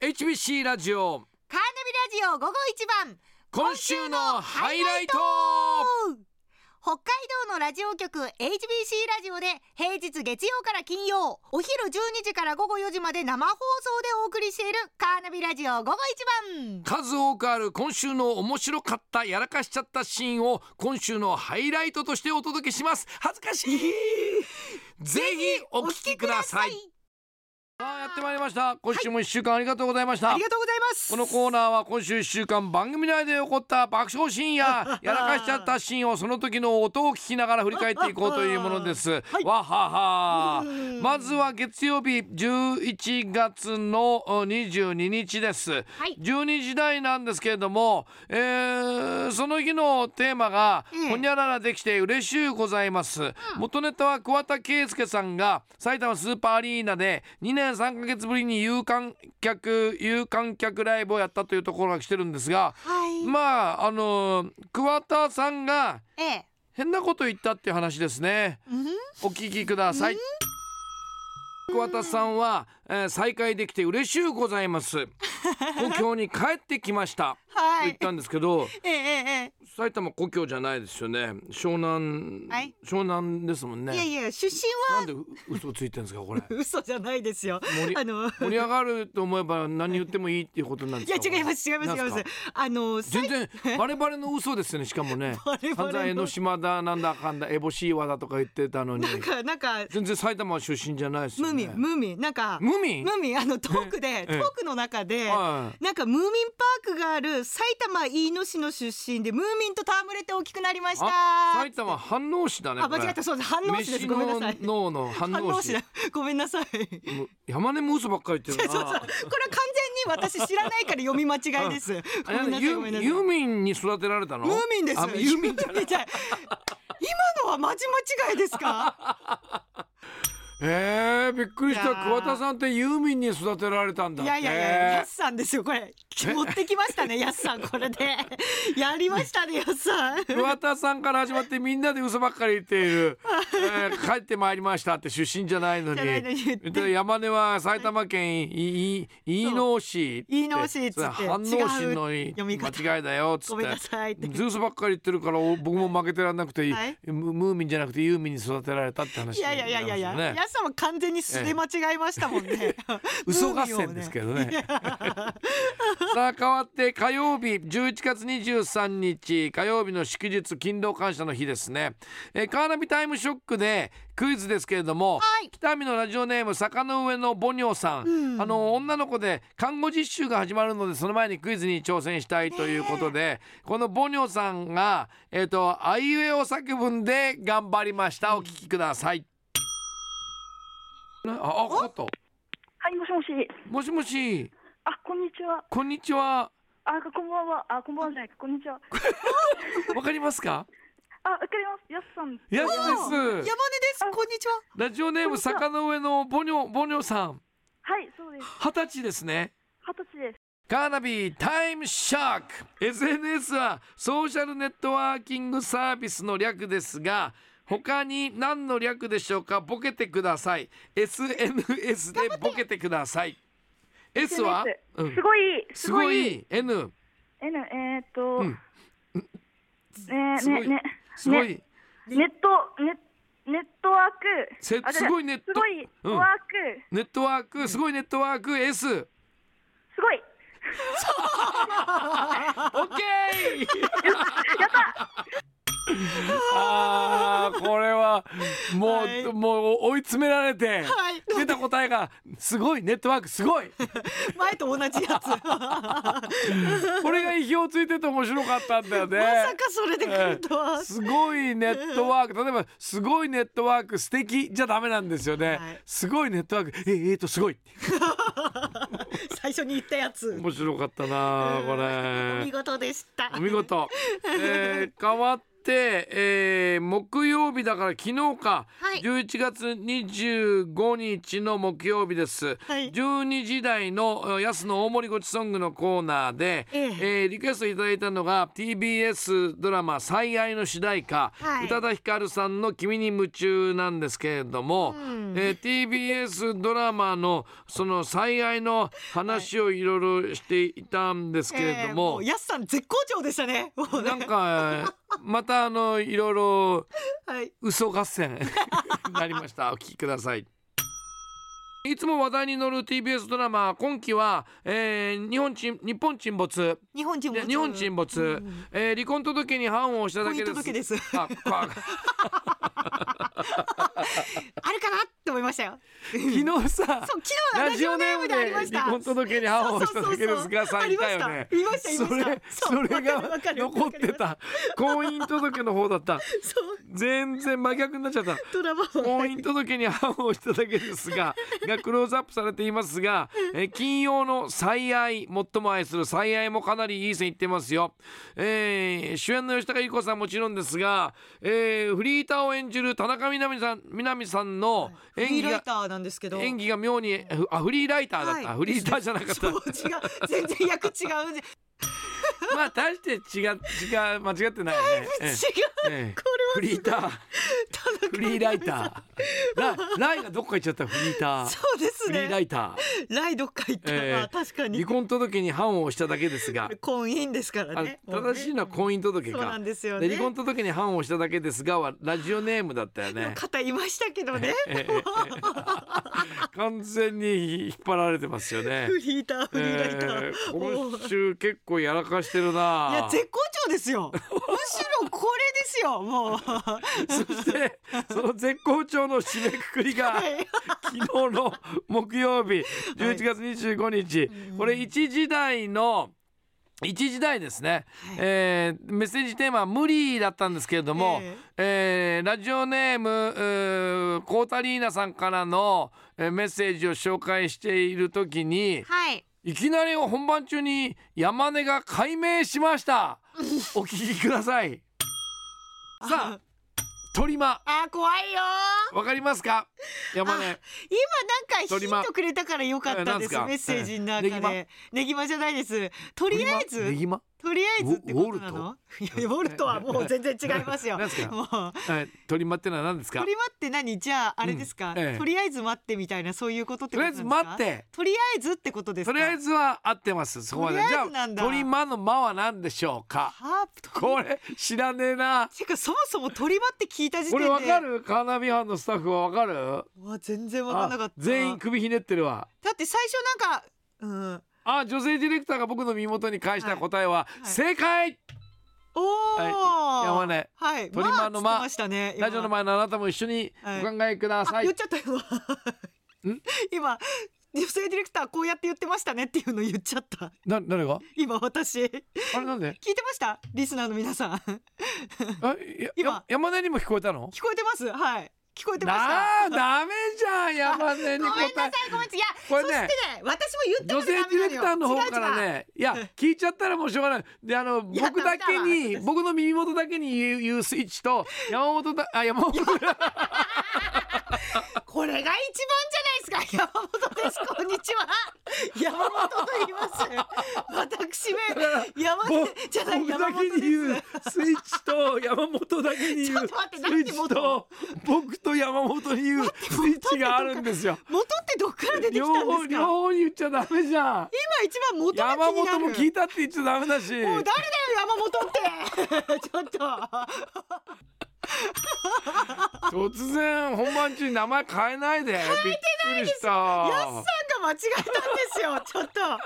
HBC ラジオカーナビラジオ午後一番今週のハイライト北海道のラジオ局 HBC ラジオで平日月曜から金曜お昼12時から午後4時まで生放送でお送りしているカーナビラジオ午後一番数多くある今週の面白かったやらかしちゃったシーンを今週のハイライトとしてお届けします恥ずかしいぜひお聞きくださいさあやってまいりました今週も一週間ありがとうございました、ありがとうございますこのコーナーは今週1週間番組内で起こった爆笑シーン ややらかしちゃったシーンをその時の音を聞きながら振り返っていこうというものです。いわははうんまずは月曜日11月のお22日です。い12時台なんですけれども、えーその日のテーマがええ「ほにゃららできて嬉しゅうございます」元ネタは桑田佳祐さんが埼玉スーパーアリーナで2年3ヶ月ぶりに有観客有観客ライブをやったというところが来てるんですがはい、まああの桑田さんがええ変なこと言ったっていう話ですね。うんお聞きください。桑田さんは、えー再会できて嬉しゅうござい ます。故郷に帰ってきました。とは 言っいたんですけど、ええええ埼玉故郷じゃないですよね。湘南、はい湘南ですもんね。いやいや出身なはんでう嘘ついてんですかこれ。嘘じゃないですよ盛り あの盛り上がると思えば何言ってもいいっていうことなんでいすやか。違います違います違いまなすんすかあのさい。全然バレバレの嘘ですよね。しかもね バレバ犯レの罪江ノ島だなんだかんだエボシーワだとか言ってたの に、なんかなんか全然埼玉出身じゃないですムよーミね。ンムーミンなんか無味ムーミンあのトークで、トークの中で、はなんかムーミンパークがある埼玉飯野市の出身でムーミンと戯れて大きくなりましたあ埼玉反応市だね。あこれ間違ったそうです反応市です飯ごめんなさいの脳の反反応応市市だ。ごめん なさいそうそうもう山根も嘘ばっかり言ってこれ るな。は完全に私知らないから読み間違いですごあめんなさいユごめんなさいユーミンに育てられたの？ムーミンですあユーミンじゃない。じ ゃない今のはマジ間違いですかえー、びっくりしいた。やー桑田さんってユーミンに育てられたんだっいて。やいやいや、やすさんですよこれ持ってきましたねやすさんこれで やりましたねやすさん桑田さんから始まってみんなで嘘ばっかり言ってい る、えー帰ってまいりましたって出身じゃないのにじゃないのに言ってで山根は埼玉県いいい飯能市って飯能市っつってそれ飯能市の違う読みに方間違いだよっつごってめんなさいってず嘘ばっかり言ってるからお僕も負けてらんなくて、はいムムーミンじゃなくてユーミンに育てられたって話いやいやいやいやいや、になりますよねやすさんは完全にすれ間違いましたもんね。 嘘合戦ですけどね。 さあ変わって火曜日11月23日火曜日の祝日勤労感謝の日ですね、えー、カーナビタイムショックでクイズですけれども、はい北見のラジオネーム坂の上のボニョさん、あの女の子で看護実習が始まるのでその前にクイズに挑戦したいということで、このボニョさんがえっ、とあいうえお作文で頑張りましたお聞きください、ああ、わかったはい、もしもし。もしもしあ、こんにちは。こんにちはあ、こんばんは。あ、こんばんはじゃないか。こんにちは。わかりますかあ、わかります。やすさん。やおす山根でですす。こんにちは。ラジオネーこんムにちは坂の上のボニョボニョさんはい、そうです。二十歳ですね二十歳です。カーナビタイムシャーク SNS はソーシャルネットワーキングサービスの略ですが他に何の略でしょうかボケてください SNS でボケてください S は、う SNS んす、ごい、すすごごい。い N N、えーっと、うんね、ね、すごいね、すごい、ネット、ネ、ネットワーク。せあすごいネットすごい、うんワーク。ネットワークすごいネットワーク S すごい。オッケー。やった。ああ、これはもう、はいもう追い詰められて、はい出た答えがすごいネットワークすごい。前と 同じやつ。まこれが意表をついてて面白かったんだよね。さかそれで来るとは。すごいネットワーク例えばすごいネットワーク素敵じゃダメなんですよね、はいすごいネットワークええー、とすごい最初に言ったやつ。面白かったなこれお見事でした。 お見事、えー、変わってして、えー木曜日だから昨日か、はい11月25日の木曜日です、はい12時台のえー安の大盛りごちソングのコーナーで、えええーリクエストいただいたのが TBS ドラマ「最愛」の主題歌、はい宇多田ヒカルさんの「君に夢中」なんですけれども、うんえー TBS ドラマのその最愛の話をいろいろしていたんですけれども、えーうやすさん絶好調でしたね。もうねなんかまたあのいろいろはい。嘘合戦 なりましたお聞きくださいいつも話題に乗る TBS ドラマ今期は、えー日本沈日本沈没日本人で日本沈没、うんえー離婚届に判を押しただけです婚姻届ですあ こあるかなって思いました よ。昨日さそう昨日ラジオネームでありました。離婚届に判を押しただけですがそうそうそうさんいたよねありましたいましたそいまれしたそれそうがわかるわかる残ってた婚姻届の方だったそう全然真逆になっちゃったドラマは。婚姻届に判をしただけです ががクローズアップされていますが、えー金曜の「最愛」最も愛する「最愛」もかなりいい線いってますよ、えー主演の吉高由里子さんもちろんですが、えーフリーターを演じる田中みな実さんみな実さんの演演技技ライがターなんですけど。演技が妙にあフリーライターだった、はいフリーターじゃなかっそたう違う全然役違うね。 まあ大して違う違 う間違ってないよね、 え違う。えええこフれはリーター田中フリーライ ターラライがどっか行っちゃったフリーターそうですフリーラね。イターライドか行ったら、えー確かに離婚届に判を押しただけです が婚姻ですからあね。正しいのは婚姻届そうなかんですよでね。離婚届に判を押しただけですがはラジオネームだったよねの方いましたけどね。ええええ完全に引っ張られてますよねフリーター フリーライター。ええおー今週結構やらかしてるいやな絶好調で すよ。むしろこれですよ。もう。はそしてその絶好調の締めくくり がい昨日の木曜日11月25日、これ1時台の1時台ですね、えーメッセージテーマは無理だったんですけれども、ええーラジオネームうーコータリーナさんからのえーメッセージを紹介している時にはい。いきなり本番中に山根が解明しま したお聞きください さあトリマあー怖いよー。わかりますか山根今なんかヒ鳥間ントくれたからよかっえなたんですすかメッセージえの中ネギマでネギマじゃないですとりあえずねぎまとりあえずってことなのいやウォルトはもう全然違いますよも なうんすかとはい、取り待ってのは何ですか。り待って何じゃああれですかうんええとりあえず待ってみたいなそういうことってとりあことえなずんで待すかって。とりあえずってことですかとりあえずは合ってます。そこまで。とりじあえずゃなあ、んだ鳥間の間は何でしょうか。ハープとこれ、知らねえな。てかそもそも鳥待って聞いた時こ点れでわかる、カーナビ班のスタッフはわかる。うわ全然わかんなかったあ全員首ひねってるわ。だって最初なんかうんあ、女性ディレクターが僕の身元に返した答えは、いはい正解。おはいお山根はい鳥間の間まあつってましたね今ラジオの前のあなたも一緒にはいお考えくだあさい。言っちゃった今今女性ディレクターこうやって言ってましたねっていうの言っちゃったな、誰が。今私聞いてあれ、なんで。ましたリスナーの皆さん聞あ、や今山根にも聞こえたの。こえてますはい聞こえてましたなあ、ダメじゃん、山根にご答めんなさえい。ごめんいやこれそねしてね私も言女っ性てディレクターの方から違う違うねいやうん聞いちゃったらもうしょうがないであのいや僕だけダメにだわ僕の耳元だけに言う言うスイッチと山本だあ山本これが一番じゃないですか山本ですこんにちは山本と言います私め山根じゃない僕山だ本けに言うですスイッチと山本だけに言うちょっと待ってなんでスイッチと僕と山本に言うスイッチがあるんですよ元ってどっから出てきた両んです方か両方に言っちゃダメじゃん今一番元が気山にな本るも聞いたって言っちゃダメだしもう誰だよ山本って ちょっと突然本番中に名前変えないでびっくりしたヤスさんが間違えたんですよちょっとこんなに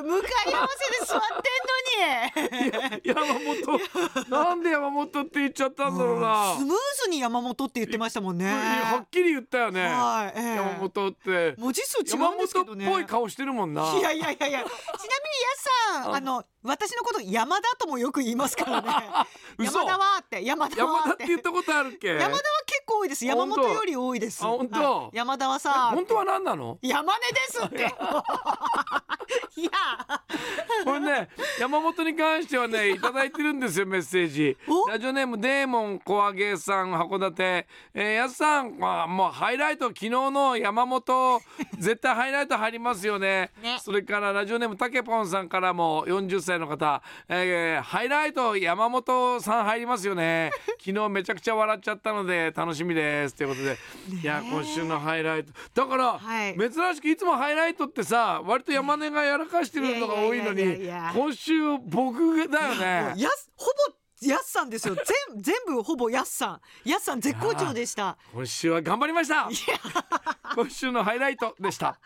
長く向かい合わせで座ってんのに 山本なんで山本って言っちゃったんだろうな、スムーズに山本って言ってましたもんねはっきり言ったよね、はいええ山本って文字数違山うんですけ本どっねぽい顔してるもんないやいやいやいやちなみにヤスさんあの私のこと山田ともよく言いますからね 嘘山田はって山田山は田っってて言ったことあるっけ山田は結構多いですあ山本当本より多いですあ本当はい山田はさ 本当は何なの山根ですって。いや これね山本に関しては ねいただいてるんですよメッセージおラジオネームデーモン小揚さん函館えー、やすさんあもうハイライト昨日の山本絶対ハイライト入りますよねねそれからラジオネームたけぽんさんからも40歳の方、えー、ハイライト山本さん入りますよ ね昨日めちゃくちゃ笑っちゃったので楽しみですということで、いや今週のハイライトだから、はい珍しくいつもハイライトってさ割と山根がやらかしてるのが多いのいやいやいにやいや今週僕だよねやすほぼやすさんですよ全全部ほぼやすさんやすさん絶好調でした今週は頑張りました今週のハイライトでした